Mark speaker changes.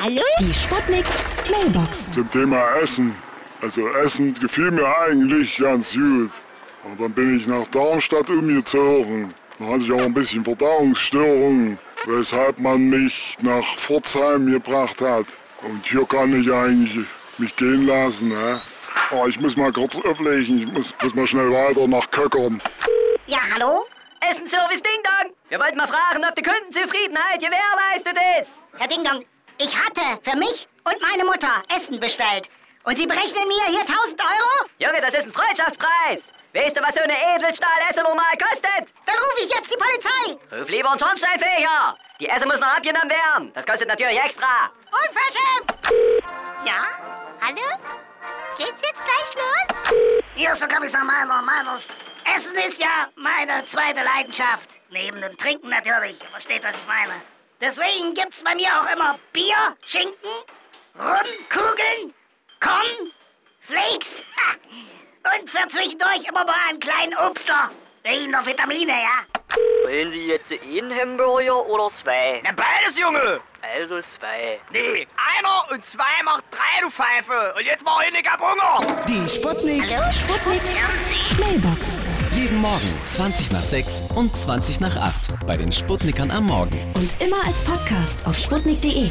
Speaker 1: Hallo?
Speaker 2: Die Sputnik Mailbox.
Speaker 3: Zum Thema Essen. Also Essen gefiel mir eigentlich ganz gut. Und dann bin ich nach Darmstadt um umgezogen. Dann hatte ich auch ein bisschen Verdauungsstörungen, weshalb man mich nach Pforzheim gebracht hat. Und hier kann ich eigentlich mich gehen lassen. Ne? Aber ich muss mal kurz auflegen, ich muss, muss mal schnell weiter nach Köckern.
Speaker 1: Ja, hallo?
Speaker 4: Essenservice Ding Dong. Wir wollten mal fragen, ob die Kundenzufriedenheit gewährleistet ist.
Speaker 1: Herr Dingdong, ich hatte für mich und meine Mutter Essen bestellt. Und Sie berechnen mir hier 1000 Euro?
Speaker 4: Junge, das ist ein Freundschaftspreis. Weißt du, was so eine Edelstahl-Esse normal kostet?
Speaker 1: Dann rufe ich jetzt die Polizei.
Speaker 4: Ruf lieber einen Schornsteinfeger. Die Esse muss noch abgenommen werden. Das kostet natürlich extra.
Speaker 1: Unverschämt! Ja? Hallo? Geht's jetzt gleich los? Hier ist der Kommissar Meiner. Meiners. Essen ist ja meine zweite Leidenschaft. Neben dem Trinken natürlich. Ihr Versteht, was ich meine. Deswegen gibt's bei mir auch immer Bier, Schinken, Rundkugeln, Korn, Flakes und für zwischendurch immer mal einen kleinen Obstler. Wegen der Vitamine, ja?
Speaker 5: Wollen Sie jetzt einen Hamburger oder zwei?
Speaker 6: Na beides, Junge!
Speaker 5: Also zwei.
Speaker 6: Nee, einer und zwei macht drei, du Pfeife! Und jetzt mach ich nicht ab Hunger!
Speaker 7: Die Sputnik.
Speaker 5: Sputnik
Speaker 2: Mailbox.
Speaker 7: Jeden Morgen 20 nach 6 und 20 nach 8 bei den Sputnikern am Morgen.
Speaker 2: Und immer als Podcast auf sputnik.de.